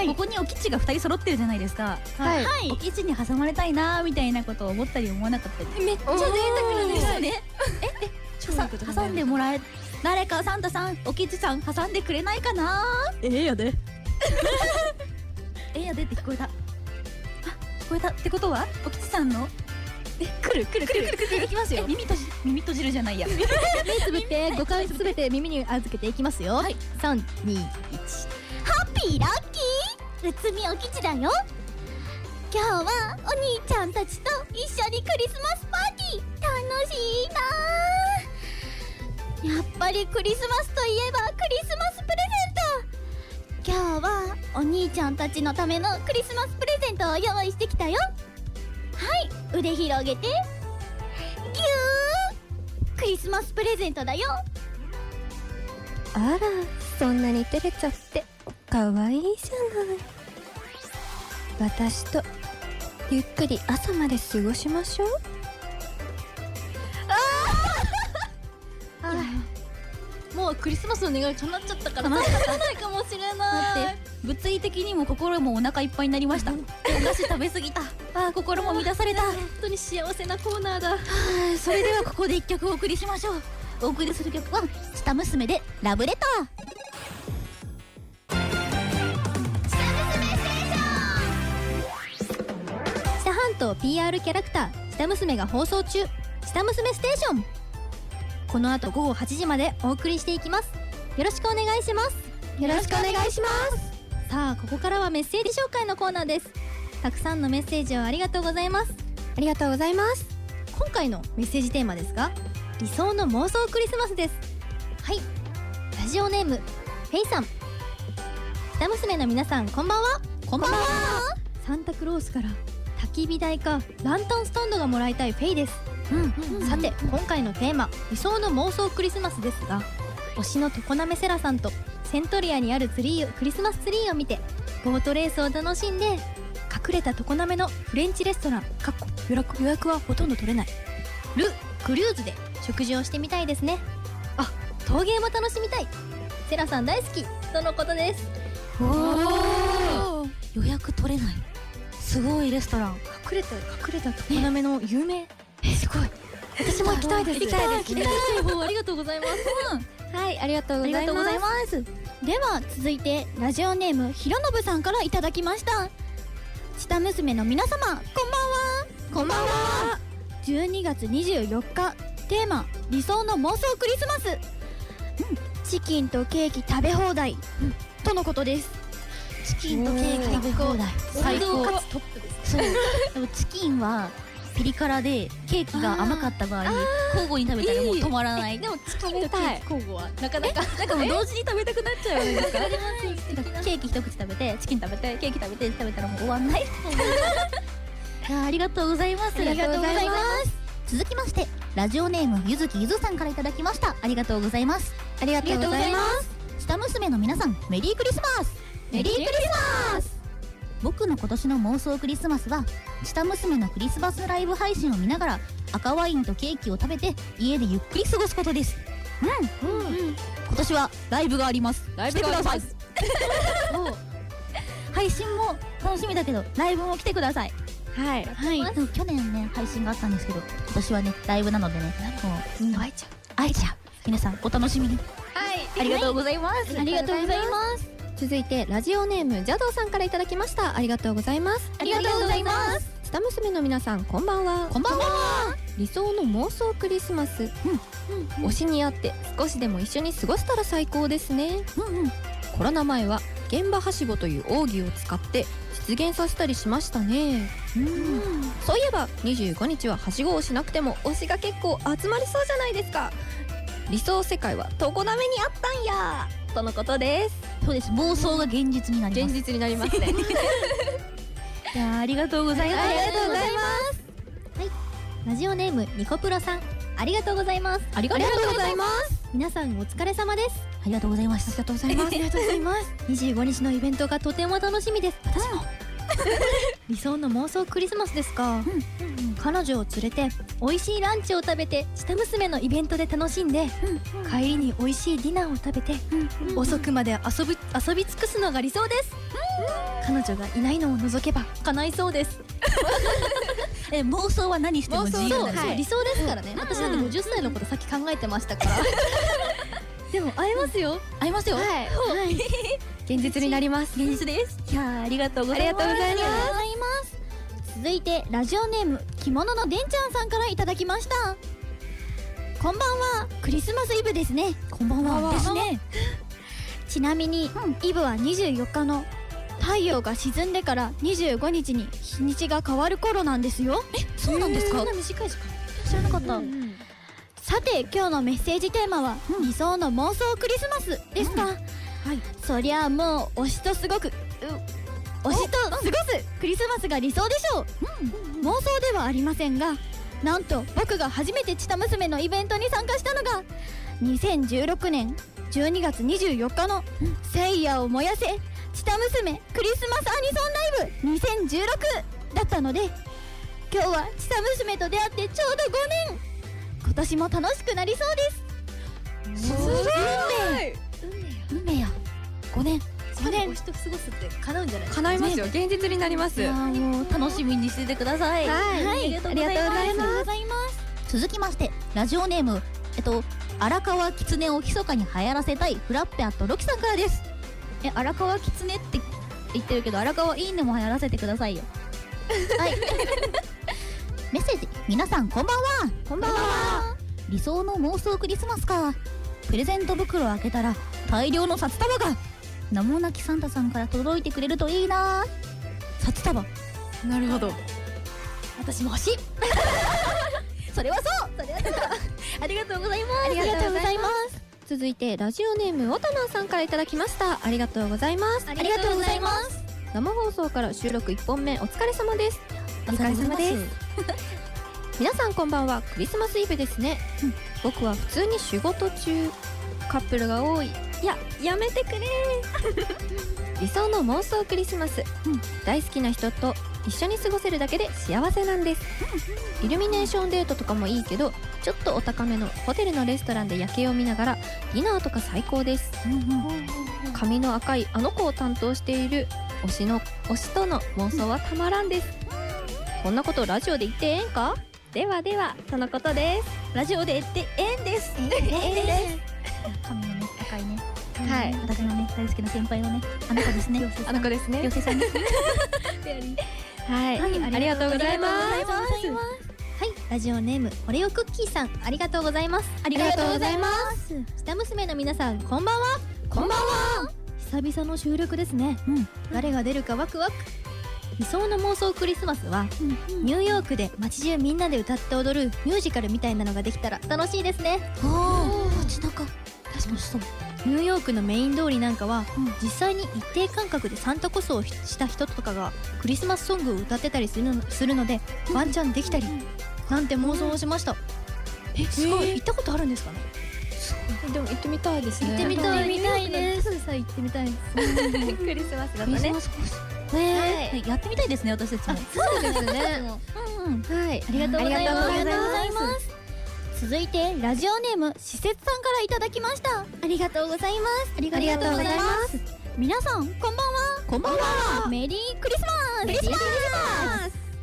[SPEAKER 3] い
[SPEAKER 6] は
[SPEAKER 1] ここにおきちが2人揃ってるじゃないですか
[SPEAKER 3] はい
[SPEAKER 6] はい
[SPEAKER 1] おきちに挟まれたいなーみたいなことを思ったり思わなかったり
[SPEAKER 3] めっちゃ贅沢な
[SPEAKER 1] ですよねええ挟んでもらえ誰かサンタさんおきちさん挟んでくれないかな
[SPEAKER 3] ええやで
[SPEAKER 1] えやでって聞こえたあ聞こえたってことはおきちさんの
[SPEAKER 3] え来る来る来る来る
[SPEAKER 1] いきますよ耳閉じ耳閉じるじゃないや
[SPEAKER 2] 目つぶって五回すべて耳に預けていきますよ、はい、321
[SPEAKER 7] ハッピーラッキーうつみおきちだよ今日はお兄ちゃんたちと一緒にクリスマスパーティー楽しいなあやっぱりクリスマスといえばクリスマスプレゼント今日はお兄ちゃんたちのためのクリスマスプレゼントを用意してきたよはい腕広げてぎゅー
[SPEAKER 6] クリスマスプレゼントだよ
[SPEAKER 2] あらそんなに照れちゃって可愛いじゃない私とゆっくり朝まで過ごしましょう
[SPEAKER 3] もうクリスマスの願い叶っちゃったから叶わないかもしれない
[SPEAKER 1] 待って物理的にも心もお腹いっぱいになりましたお菓子食べ過ぎたあー心も乱された
[SPEAKER 3] 本当に幸せなコーナーだ
[SPEAKER 1] それではここで一曲お送りしましょうお送りする曲は「下娘」で「ラブレター」
[SPEAKER 3] 下半島 PR キャラクター「下娘」が放送中「下娘ステーション」この後午後8時までお送りしていきますよろしくお願いしますよろしくお願いしますさあここからはメッセージ紹介のコーナーですたくさんのメッセージをありがとうございますありがとうございます今回のメッセージテーマですが理想の妄想クリスマスですはいラジオネームフェイさん下娘の皆さんこんばんはこんばんはサンタクロースから焚き火台かランタンスタンドがもらいたいフェイです、さて今回のテーマ「理想の妄想クリスマス」ですが推しの常滑セラさんとセントリアにあるツリーをクリスマスツリーを見てボートレースを楽しんで隠れた常滑のフレンチレストランかっこ予約予約はほとんど取れないル・クルーズで食事をしてみたいですねあ陶芸も楽しみたいセラさん大好きとのことです
[SPEAKER 1] お予約取れないすごいレストラン
[SPEAKER 2] 隠れた隠れた常滑の有名すごい私も行きたいです
[SPEAKER 1] 行きたいですね
[SPEAKER 3] 情報ありがとうございます
[SPEAKER 2] はいありがとうございます
[SPEAKER 6] ますでは続いてラジオネームひろのぶさんからいただきました下娘の皆様こんばんはこんばんは12月24日テーマ理想の妄想クリスマス、うん、チキンとケーキ食べ放題、とのことです
[SPEAKER 1] チキンとケーキ食べ放題最高かつトップですそうでもチキンはピリ辛でケーキが甘かった場合交互に食べたらもう止まらない
[SPEAKER 3] でもチキンとケーキ交互はなかなか
[SPEAKER 1] なんかもう同時に食べたくなっちゃうよねケーキ一口食べてチキン食べてケーキ食べて食べたらもう終わんないいやありがとうございます
[SPEAKER 6] ありがとうございます
[SPEAKER 1] 続きましてラジオネームゆずきゆずさんからいただきましたありがとうございます
[SPEAKER 2] ありがとうございます
[SPEAKER 1] す下娘の皆さんメリークリスマス
[SPEAKER 6] メリークリスマス
[SPEAKER 1] 僕の今年の妄想クリスマスは下娘のクリスマスライブ配信を見ながら赤ワインとケーキを食べて家でゆっくり過ごすことですうん、今年はライブがあります
[SPEAKER 3] ライブがあります
[SPEAKER 1] 来てください配信も楽しみだけどライブも来てください
[SPEAKER 2] はい
[SPEAKER 1] はい去年ね配信があったんですけど今年はねライブなのでねもう、うん、
[SPEAKER 2] ちゃう
[SPEAKER 1] 愛ちゃん皆さんお楽しみにありがとうございます
[SPEAKER 6] ありがとうございます
[SPEAKER 2] 続いてラジオネーム邪道さんからいただきましたありがとうございます
[SPEAKER 6] ありがとうございます
[SPEAKER 2] スタ娘の皆さんこんばんは
[SPEAKER 1] こんばんは
[SPEAKER 2] 理想の妄想クリスマス、推しに会って少しでも一緒に過ごせたら最高ですね、コロナ前は現場はしごという奥義を使って実現させたりしましたね、そういえば25日ははしごをしなくても推しが結構集まりそうじゃないですか理想世界は常滑にあったんやとのことです
[SPEAKER 1] そうです妄想が現実になりま
[SPEAKER 2] 現
[SPEAKER 1] す
[SPEAKER 2] 実になります [laughs] ね
[SPEAKER 1] いやありがとうございます
[SPEAKER 2] ありがとうございますはいラジオネームニコプロさんありがとうございます
[SPEAKER 1] ありがとうございます
[SPEAKER 2] 皆さんお疲れ様です
[SPEAKER 1] ありがとうございま
[SPEAKER 2] あり
[SPEAKER 1] す
[SPEAKER 2] がとうございますありがとうございます25日のイベントがとても楽しみです私も [laughs] 理想の妄想クリスマスですか、彼女を連れて美味しいランチを食べて下娘のイベントで楽しんで、帰りに美味しいディナーを食べて、遅くまで遊び遊び尽くすのが理想です、彼女がいないのを除けば叶いそうです
[SPEAKER 1] え妄想は何しても自由
[SPEAKER 2] そう、
[SPEAKER 1] なんです
[SPEAKER 2] そう理想ですからね、私だって50歳のことさっき考えてましたからでも会えますよ、
[SPEAKER 1] 合いますよ
[SPEAKER 2] はい、現実になります現実です
[SPEAKER 1] いやーありがとうご
[SPEAKER 2] あ
[SPEAKER 1] ざ
[SPEAKER 2] り
[SPEAKER 1] い
[SPEAKER 2] が
[SPEAKER 1] ます
[SPEAKER 2] とうございま
[SPEAKER 6] ありがとうございます続いてラジオネーム着物のでんちゃんさんからいただきましたこんばんはクリスマスイブですね
[SPEAKER 1] こんばんはですね
[SPEAKER 6] ちなみに、イブは24日の太陽が沈んでから25日に日にちが変わる頃なんですよ
[SPEAKER 1] そうなんですか
[SPEAKER 2] な短い時間
[SPEAKER 1] 知らなかったうん
[SPEAKER 6] さて今日のメッセージテーマは、理想の妄想クリスマスですか、
[SPEAKER 1] い
[SPEAKER 6] そりゃあもう推しとすごくう推しと過ごすクリスマスが理想でしょう、妄想ではありませんがなんと僕が初めてチタ娘のイベントに参加したのが2016年12月24日の「せいやを燃やせチタ娘クリスマスアニソンライブ2016」だったので今日はチタ娘と出会ってちょうど5年今年も楽しくなりそうです
[SPEAKER 2] すごい
[SPEAKER 1] 運命や5年
[SPEAKER 3] 去年と過ごすって叶うんじゃない
[SPEAKER 2] 叶いますよ現実になります
[SPEAKER 1] いやーもう楽しみにしててください
[SPEAKER 2] はい
[SPEAKER 1] はい
[SPEAKER 6] ありがとうございます
[SPEAKER 1] 続きましてラジオネームえっと荒川狐を密かに流行らせたいフラッペアットロキさんからですえ荒川狐って言ってるけど荒川いいねも流行らせてくださいよはいメッセージ皆さんこんばんはこんばんは理想の妄想クリスマスかプレゼント袋を開けたら大量の札束が名もなきサンタさんから届いてくれるといいな札束
[SPEAKER 2] なるほど
[SPEAKER 1] 私も欲しいそれはそうそれはそうありがとうございます
[SPEAKER 2] ありがとうございます続いてラジオネームオタナさんからいただきましたありがとうございます
[SPEAKER 6] ありがとうございます
[SPEAKER 2] 生放送から収録1本目お疲れ様ですお疲れ様です [laughs] 皆さんこんばんはクリスマスイブですね、
[SPEAKER 1] うん
[SPEAKER 2] 僕は普通に仕事中カップルが多いいややめてくれ [laughs] 理想の妄想クリスマス、
[SPEAKER 1] うん
[SPEAKER 2] 大好きな人と一緒に過ごせるだけで幸せなんですイルミネーションデートとかもいいけどちょっとお高めのホテルのレストランで夜景を見ながらディナーとか最高です髪の赤いあの子を担当している推しの推しとの妄想はたまらんです、こんなことラジオで言ってええんかではではとのことですラジオで言ってええんです
[SPEAKER 1] 髪のね赤いね
[SPEAKER 2] はい
[SPEAKER 1] 私のね大好きな先輩のねあなたですね
[SPEAKER 2] あの子ですね
[SPEAKER 1] 妖精さんですね
[SPEAKER 2] はい、
[SPEAKER 1] はい
[SPEAKER 2] ありがとうございます
[SPEAKER 3] はいラジオネームオレオクッキーさんありがとうございます
[SPEAKER 1] ありがとうございます
[SPEAKER 3] 下娘の皆さんこんばんは
[SPEAKER 2] こんばんは
[SPEAKER 3] 久々の収録ですね、
[SPEAKER 1] うん
[SPEAKER 3] 誰が出るかワクワク理想の妄想クリスマスは、
[SPEAKER 1] うん
[SPEAKER 3] ニューヨークで街中みんなで歌って踊るミュージカルみたいなのができたら楽しいですね
[SPEAKER 1] すああ街中確かにそう
[SPEAKER 3] ニューヨークのメイン通りなんかは、
[SPEAKER 1] うん
[SPEAKER 3] 実際に一定間隔でサンタコスをした人とかがクリスマスソングを歌ってたりするのするのでワンチャンできたりなんて妄想をしました、えすごい、行ったことあるんですかね
[SPEAKER 2] でも行ってみたいですね
[SPEAKER 3] 行ってみたいみたいですさ行ってみたい
[SPEAKER 2] いクリスマスだ
[SPEAKER 1] クリス
[SPEAKER 2] ね
[SPEAKER 1] マスコースねやってみたいですね私たちも
[SPEAKER 2] そうですね
[SPEAKER 1] うんうん
[SPEAKER 2] はい
[SPEAKER 6] ありがとうございます
[SPEAKER 2] ありがとうございます
[SPEAKER 6] 続いてラジオネーム施設さんからいただきましたありがとうございますあり
[SPEAKER 2] がとうございます
[SPEAKER 6] 皆さんこんばんは
[SPEAKER 1] こんばんは
[SPEAKER 6] メリークリスマスクリスマス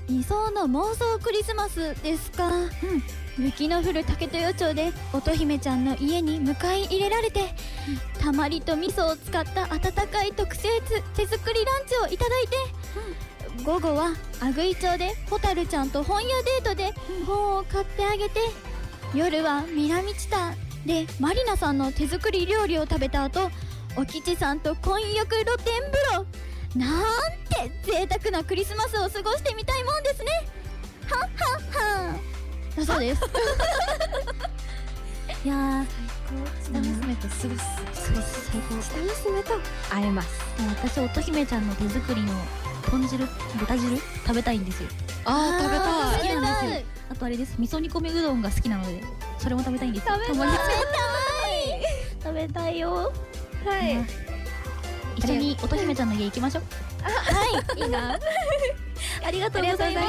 [SPEAKER 6] 理想の妄想クリスマスですか、雪の降る竹豊町で乙姫ちゃんの家に迎え入れられて、たまりと味噌を使った温かい特製手作りランチをいただいて、午後は阿久井町でホタルちゃんと本屋デートで本を買ってあげて夜は南知多でマリナさんの手作り料理を食べた後お吉さんと混浴露天風呂なんて贅沢なクリスマスを過ごしてみたいもんですねはっはっはだそうです
[SPEAKER 1] [laughs] いや
[SPEAKER 3] 下娘と過ごす
[SPEAKER 1] ーそう最高
[SPEAKER 2] 下娘と会えます
[SPEAKER 1] 私乙姫ちゃんの手作りの豚汁豚汁食べたいんですよ
[SPEAKER 2] あ
[SPEAKER 1] 好きなんですよあとあれです味噌煮込みうどんが好きなのでそれも食べたいんです食べたい食べたいよ
[SPEAKER 2] 食べたいは
[SPEAKER 1] 一緒に乙姫ちゃんの家行きましょう
[SPEAKER 2] いいいな
[SPEAKER 1] ありが
[SPEAKER 2] とうございま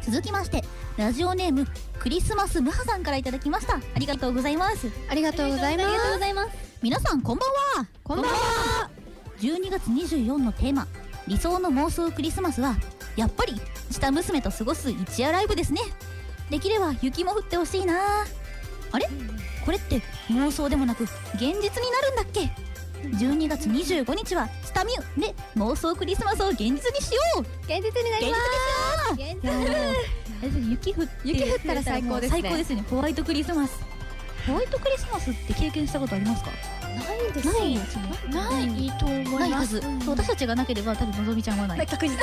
[SPEAKER 2] す
[SPEAKER 1] す続きましてラジオネームクリスマスムハさんからいただきましたありがとうございます
[SPEAKER 2] ありがとうございます
[SPEAKER 3] ございます
[SPEAKER 1] 皆さんこんばんは
[SPEAKER 2] こんばんは
[SPEAKER 1] 12月24のテーマ理想の妄想クリスマスはやっぱり下娘と過ごす一夜ライブですねできれば雪も降ってほしいなあれこれって妄想でもなく現実になるんだっけ12月25日はスタミュで妄想クリスマスを現実にしよう
[SPEAKER 2] 現実にな
[SPEAKER 1] 現
[SPEAKER 2] り
[SPEAKER 1] 実
[SPEAKER 2] ま
[SPEAKER 1] に
[SPEAKER 2] す
[SPEAKER 1] しよういやもうあれですね雪降って
[SPEAKER 2] 雪降ったら最高ですね
[SPEAKER 1] 最高ですよねホワイトクリスマスホワイトクリスマスって経験したことありますか
[SPEAKER 3] ないです
[SPEAKER 1] ないですね
[SPEAKER 3] ないと思
[SPEAKER 1] ない
[SPEAKER 3] い
[SPEAKER 1] は
[SPEAKER 3] ま
[SPEAKER 1] ず、
[SPEAKER 3] す
[SPEAKER 1] そう私たちがなければ多分のぞみちゃんはない
[SPEAKER 2] 確実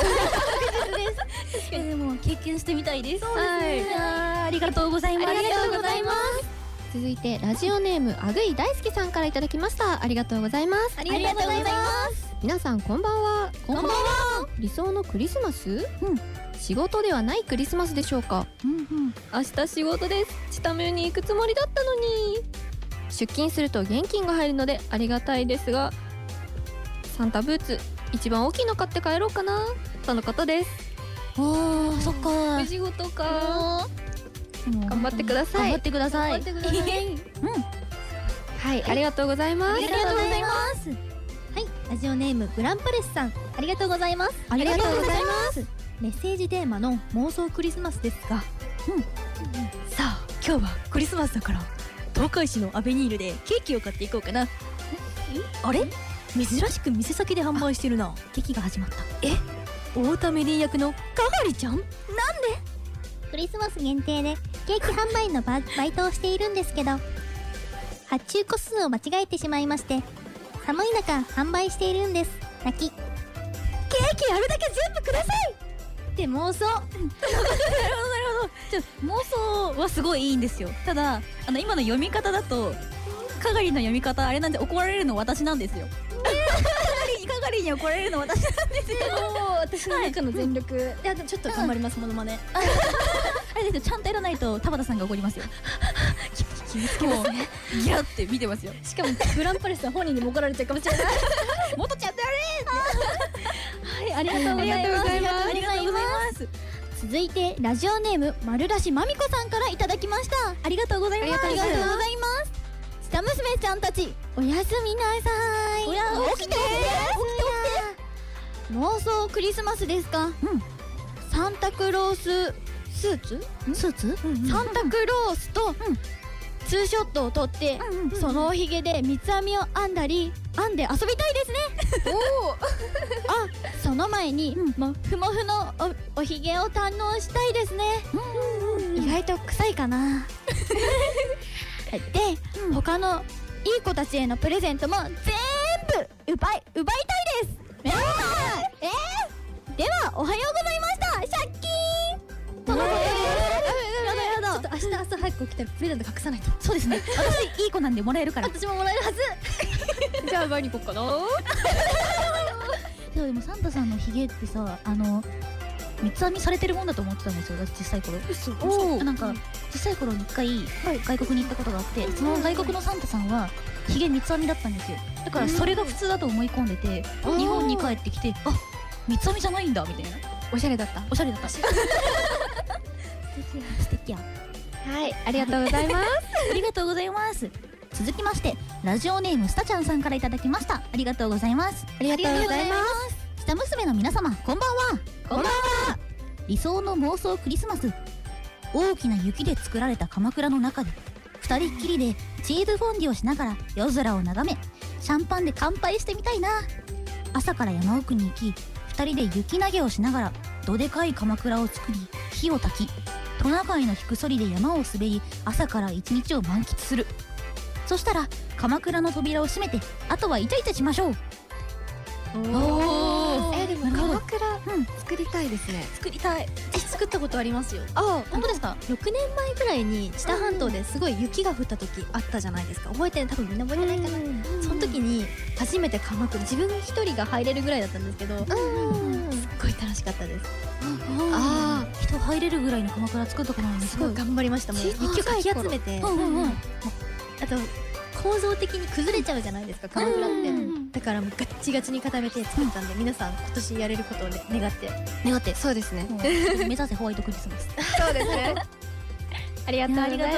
[SPEAKER 1] えでも経験してみたいです。
[SPEAKER 2] はい
[SPEAKER 1] いやーありがとうございます。。
[SPEAKER 2] ありがとうございます続いてラジオネームあぐい大好きさんからいただきましたありがとうございます
[SPEAKER 3] ありがとうございます
[SPEAKER 2] 皆さんこんばんは
[SPEAKER 1] こんばんは。
[SPEAKER 2] 理想のクリスマス、
[SPEAKER 1] うん
[SPEAKER 2] 仕事ではないクリスマスでしょうか
[SPEAKER 1] うんうん
[SPEAKER 2] 明日仕事ですチタミューに行くつもりだったのに出勤すると現金が入るのでありがたいですがサンタブーツ一番大きいの買って帰ろうかなとのことです
[SPEAKER 1] おーそっか
[SPEAKER 2] お仕事か頑張ってくださ
[SPEAKER 1] 頑
[SPEAKER 2] い
[SPEAKER 1] 張ってください
[SPEAKER 2] 頑張ってくださいはいありがとうございます
[SPEAKER 6] ありがとうございますはいラジオネームグランパレスさんありがとうございます
[SPEAKER 1] ありがとうございま
[SPEAKER 6] メッセージテーマの妄想クリスマスですが
[SPEAKER 8] さあ今日はクリスマスだから東海市のアベニールでケーキを買っていこうかなあれ珍しく店先で販売してるな
[SPEAKER 1] す劇が始まった
[SPEAKER 8] 太田メリー役のかがりちゃん
[SPEAKER 6] [laughs] クリスマス限定でケーキ販売員のババイトをしているんですけど発注個数を間違えてしまいまして寒い中販売しているんです泣きケーキあるだけ全部ください
[SPEAKER 4] って妄想
[SPEAKER 8] ちょ妄想はすごいいいんですよただあの今の読み方だとかがりの読み方あれなんで怒られるの私なんですよかがりに怒られるの私なんですよ
[SPEAKER 4] 私の中の全力、い、やでもちょっと頑張ります、モ
[SPEAKER 6] [laughs]
[SPEAKER 4] ノマネ
[SPEAKER 8] あれですよちゃんとやらないと田畑さんが怒りますよ気をつけますねギラって見てますよ
[SPEAKER 4] しかもグランパレスさん本人にも怒られちゃうかもしれない
[SPEAKER 8] もっとちゃんと
[SPEAKER 4] はい [laughs] ありがとうございますありがとうございます
[SPEAKER 6] 続いてラジオネーム丸出しまみこさんからいただきましたありがとうございますありがとうございます下娘ちゃんたちおやすみなさいおや起きて起きて起きて妄想クリスマスですか、サンタクローススーツ
[SPEAKER 1] スーツ
[SPEAKER 6] サンタクロースとツーショットを撮ってそのおひげで三つ編みを編んだり編んで遊びたいですねあその前にもふもふのおおひげを堪能したいですね意外と臭いかな [laughs] で他のいい子たちへのプレゼントも全部奪い奪いたいですえーえーではおはようございました借金とのことですやだやだ
[SPEAKER 4] 明日朝早く起きてプレゼント隠さないと
[SPEAKER 1] そうですね私いい子なんでもらえるから
[SPEAKER 4] 私ももらえるはず
[SPEAKER 2] じゃあ前に行こうかな
[SPEAKER 1] そうでもサンタさんのヒゲってさあの三つ編みされてるもんだと思ってたんですよ私小さい頃
[SPEAKER 8] お
[SPEAKER 1] なんか小さい頃に一回外国に行ったことがあってその外国のサンタさんはヒゲ三つ編みだったんですよだからそれが普通だと思い込んでて日本に帰ってきてあ三つ編みじゃないんだみたいな
[SPEAKER 2] おしゃれだった
[SPEAKER 1] おしゃれだった素敵や
[SPEAKER 2] はいありがとうございます
[SPEAKER 1] ありがとうございます続きましてラジオネームスタちゃんさんからいただきましたありがとうございます
[SPEAKER 2] ありがとうございます
[SPEAKER 1] す下娘の皆様こんばんはこんばんは理想の妄想クリスマス大きな雪で作られた鎌倉の中で二人っきりでチーズフォンデュをしながら夜空を眺めシャンパンで乾杯してみたいな朝から山奥に行き二人で雪投げをしながらどでかい鎌倉を作り火を焚きトナカイのひくそりで山を滑り朝から一日を満喫するそしたら鎌倉の扉を閉めてあとはイチャイチャしましょう
[SPEAKER 2] お
[SPEAKER 3] えでも鎌倉
[SPEAKER 2] 作りたいですね
[SPEAKER 8] 作りたい
[SPEAKER 4] 私作ったことありますよ
[SPEAKER 3] あ
[SPEAKER 1] 本当ですか
[SPEAKER 3] 6年前ぐらいに知多半島ですごい雪が降った時あったじゃないですか覚えてる多分みんな覚えてないかな、その時に初めて鎌倉自分一人が入れるぐらいだったんですけど、すっごい楽しかったです
[SPEAKER 1] ああ人入れるぐらいの鎌倉作ったことないんです
[SPEAKER 3] すごい頑張りましたもう雪をかき集めて、
[SPEAKER 1] うんうんうん
[SPEAKER 3] あと構造的に崩れちゃうじゃないですか鎌倉って、だからもうガッチガチに固めて作ったんで、皆さん今年やれることを、ね、願って
[SPEAKER 2] 願ってそうですね
[SPEAKER 1] もう目指せホワイトクリスマス
[SPEAKER 2] そうです
[SPEAKER 3] [laughs]
[SPEAKER 2] ねありがとうございま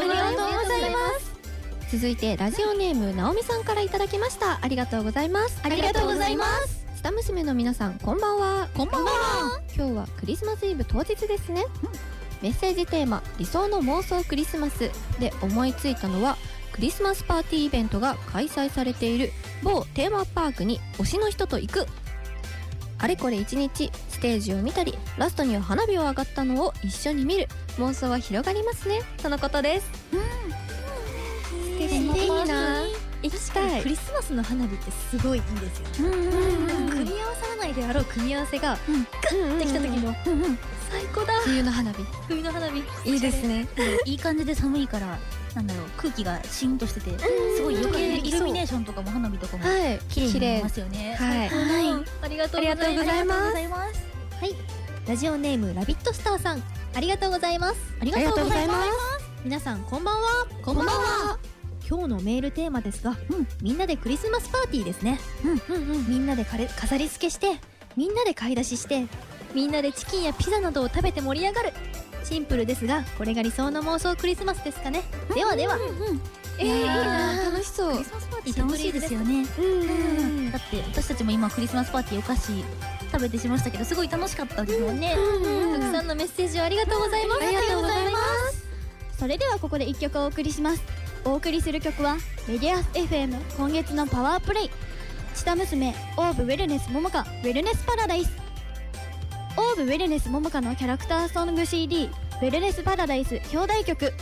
[SPEAKER 2] す続いてラジオネームなおみさんからいただきましたありがとうございますありがとうございますスタ娘の皆さんこんばんはこんばんは今日はクリスマスイブ当日ですね、メッセージテーマ理想の妄想クリスマスで思いついたのはクリスマスパーティーイベントが開催されている某テーマパークに推しの人と行くあれこれ一日ステージを見たりラストには花火を上がったのを一緒に見る妄想は広がりますねとのことです素敵な行きたい
[SPEAKER 3] クリスマスの花火ってすごいいいですよね、なんか組み合わさないであろう組み合わせが
[SPEAKER 2] うん
[SPEAKER 3] できた時の最高だ
[SPEAKER 2] 冬の花火
[SPEAKER 3] 冬の花火
[SPEAKER 2] いいですね
[SPEAKER 1] いい感じで寒いからなんだろう空気がシーンとしててすごい余計イルミネーションとかも花火とかも
[SPEAKER 2] はい
[SPEAKER 1] 綺麗に見えますすよね
[SPEAKER 2] はい
[SPEAKER 3] はいありがとうござ
[SPEAKER 2] あ
[SPEAKER 3] います
[SPEAKER 2] りがとうございま
[SPEAKER 1] ありがとうご
[SPEAKER 2] す
[SPEAKER 1] ざいます
[SPEAKER 6] ラ
[SPEAKER 3] ラジオネームラビットスターさんありがとうございます
[SPEAKER 6] ありがとうございます
[SPEAKER 3] 皆さんこんばんはこんばんは今日のメールテーマですが、みんなでクリスマスパーティーですね、うんうんうん、みんなでかれ飾り付けしてみんなで買い出ししてみんなでチキンやピザなどを食べて盛り上がるシンプルですがこれが理想の妄想クリスマスですかね、ではでは、
[SPEAKER 2] えー、いいな楽しそう
[SPEAKER 1] 楽しいですよね、だって私たちも今クリスマスパーティーお菓子食べてしましたけどすごい楽しかったですもんね、
[SPEAKER 3] たくさんのメッセージをありがとうございます、
[SPEAKER 6] ありがとうございますそれではここで一曲お送りしますお送りする曲はメディアス FM 今月のパワープレイチタ娘オーブウェルネスモモカウェルネスパラダイスオーブウェルネスモモカのキャラクターソング CD ウェルネスパラダイス表題曲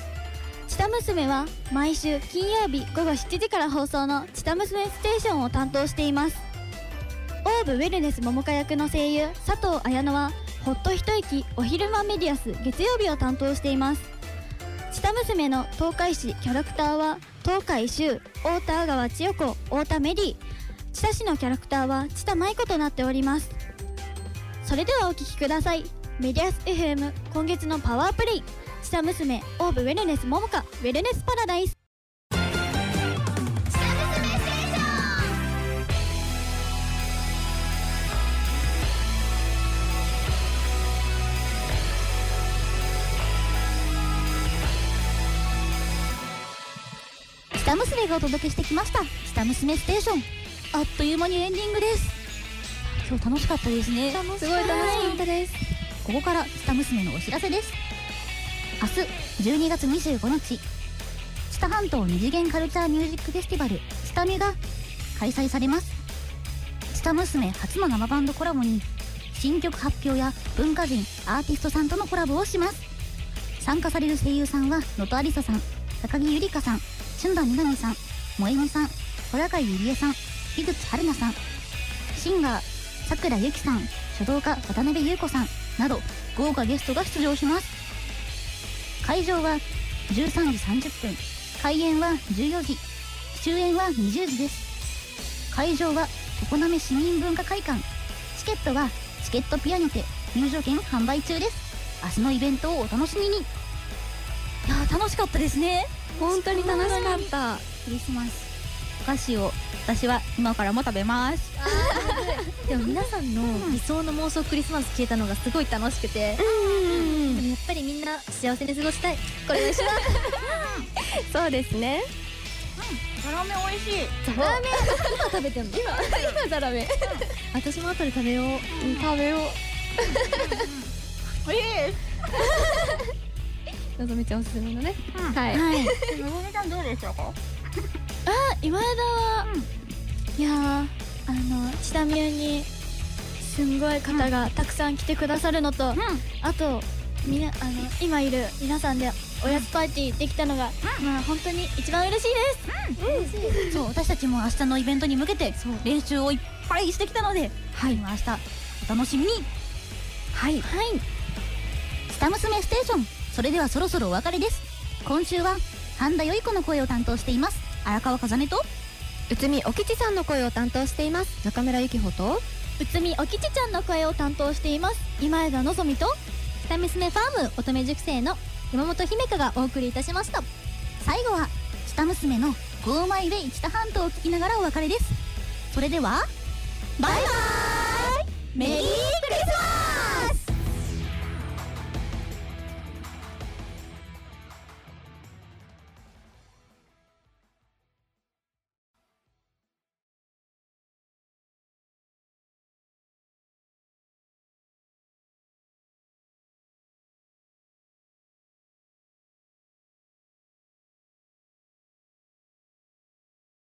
[SPEAKER 6] チタ娘は毎週金曜日午後7時から放送の「チタ娘ステーション」を担当していますオーブウェルネス桃香役の声優佐藤綾乃はほっと一息お昼間メディアス月曜日を担当していますチタ娘の東海市キャラクターは東海周太田阿川千代子太田メリーチタ市のキャラクターはチタ舞子となっておりますそれではお聴きくださいメディアス FM 今月のパワープレイチタ娘オーブウェルネス桃香ウェルネスパラダイス
[SPEAKER 1] 下娘がお届けしてきました下娘ステーションあっという間にエンディングです今日楽しかったですね
[SPEAKER 2] すごい楽しかったです
[SPEAKER 1] ここから下娘のお知らせです明日12月25日知多半島二次元カルチャーミュージックフェスティバル知多メが開催されます知多娘初の生バンドコラボに新曲発表や文化人アーティストさんとのコラボをします参加される声優さんは能登ありささん高木ゆりかさん春田みなみさん萌美さん小高井ゆりえさん樋口春奈さんシンガーさくらゆきさん書道家渡辺裕子さんなど豪華ゲストが出場します会場は13時30分開演は14時終演は20時です会場は常滑市民文化会館チケットはチケットピアにて入場券販売中です明日のイベントをお楽しみにいやー楽しかったですね
[SPEAKER 2] 本当に楽しかった
[SPEAKER 1] クリスマスお菓子を私は今からも食べます
[SPEAKER 3] でも皆さんの理想の妄想クリスマス聞いたのがすごい楽しくて、でもやっぱりみんな幸せに過ごしたいこれでしょ
[SPEAKER 2] [laughs] そうですね
[SPEAKER 8] ザラメ美味しい
[SPEAKER 3] ラーメン今食べてんの
[SPEAKER 2] 今ザラメ
[SPEAKER 3] 私も後で食べよう
[SPEAKER 2] 食べよう
[SPEAKER 8] 美味しい
[SPEAKER 2] [laughs] のぞみちゃんおすすめのね、はい、
[SPEAKER 8] のぞみちゃんどうでしたか
[SPEAKER 4] 今枝は、いやーあのチタミューにすんごい方がたくさん来てくださるのと、あとみなあの今いる皆さんでおやつパーティーできたのが、まあ本当に一番嬉しいです
[SPEAKER 1] そう私たちも明日のイベントに向けて練習をいっぱいしてきたので、はい、明日お楽しみにはいはい「スタ娘ステーション」それではそろそろお別れです今週は半田よい子の声を担当しています荒川かざねと
[SPEAKER 2] 内海おきちさんの声を担当しています中村ゆきほと
[SPEAKER 6] うつみおきちちゃんの声を担当しています今枝のぞみと
[SPEAKER 3] 二娘ファーム乙女塾生の山本姫香がお送りいたしました
[SPEAKER 1] 最後はチタ娘の「ゴーマイウェイチタ半島」を聞きながらお別れですそれではバイバーイメリー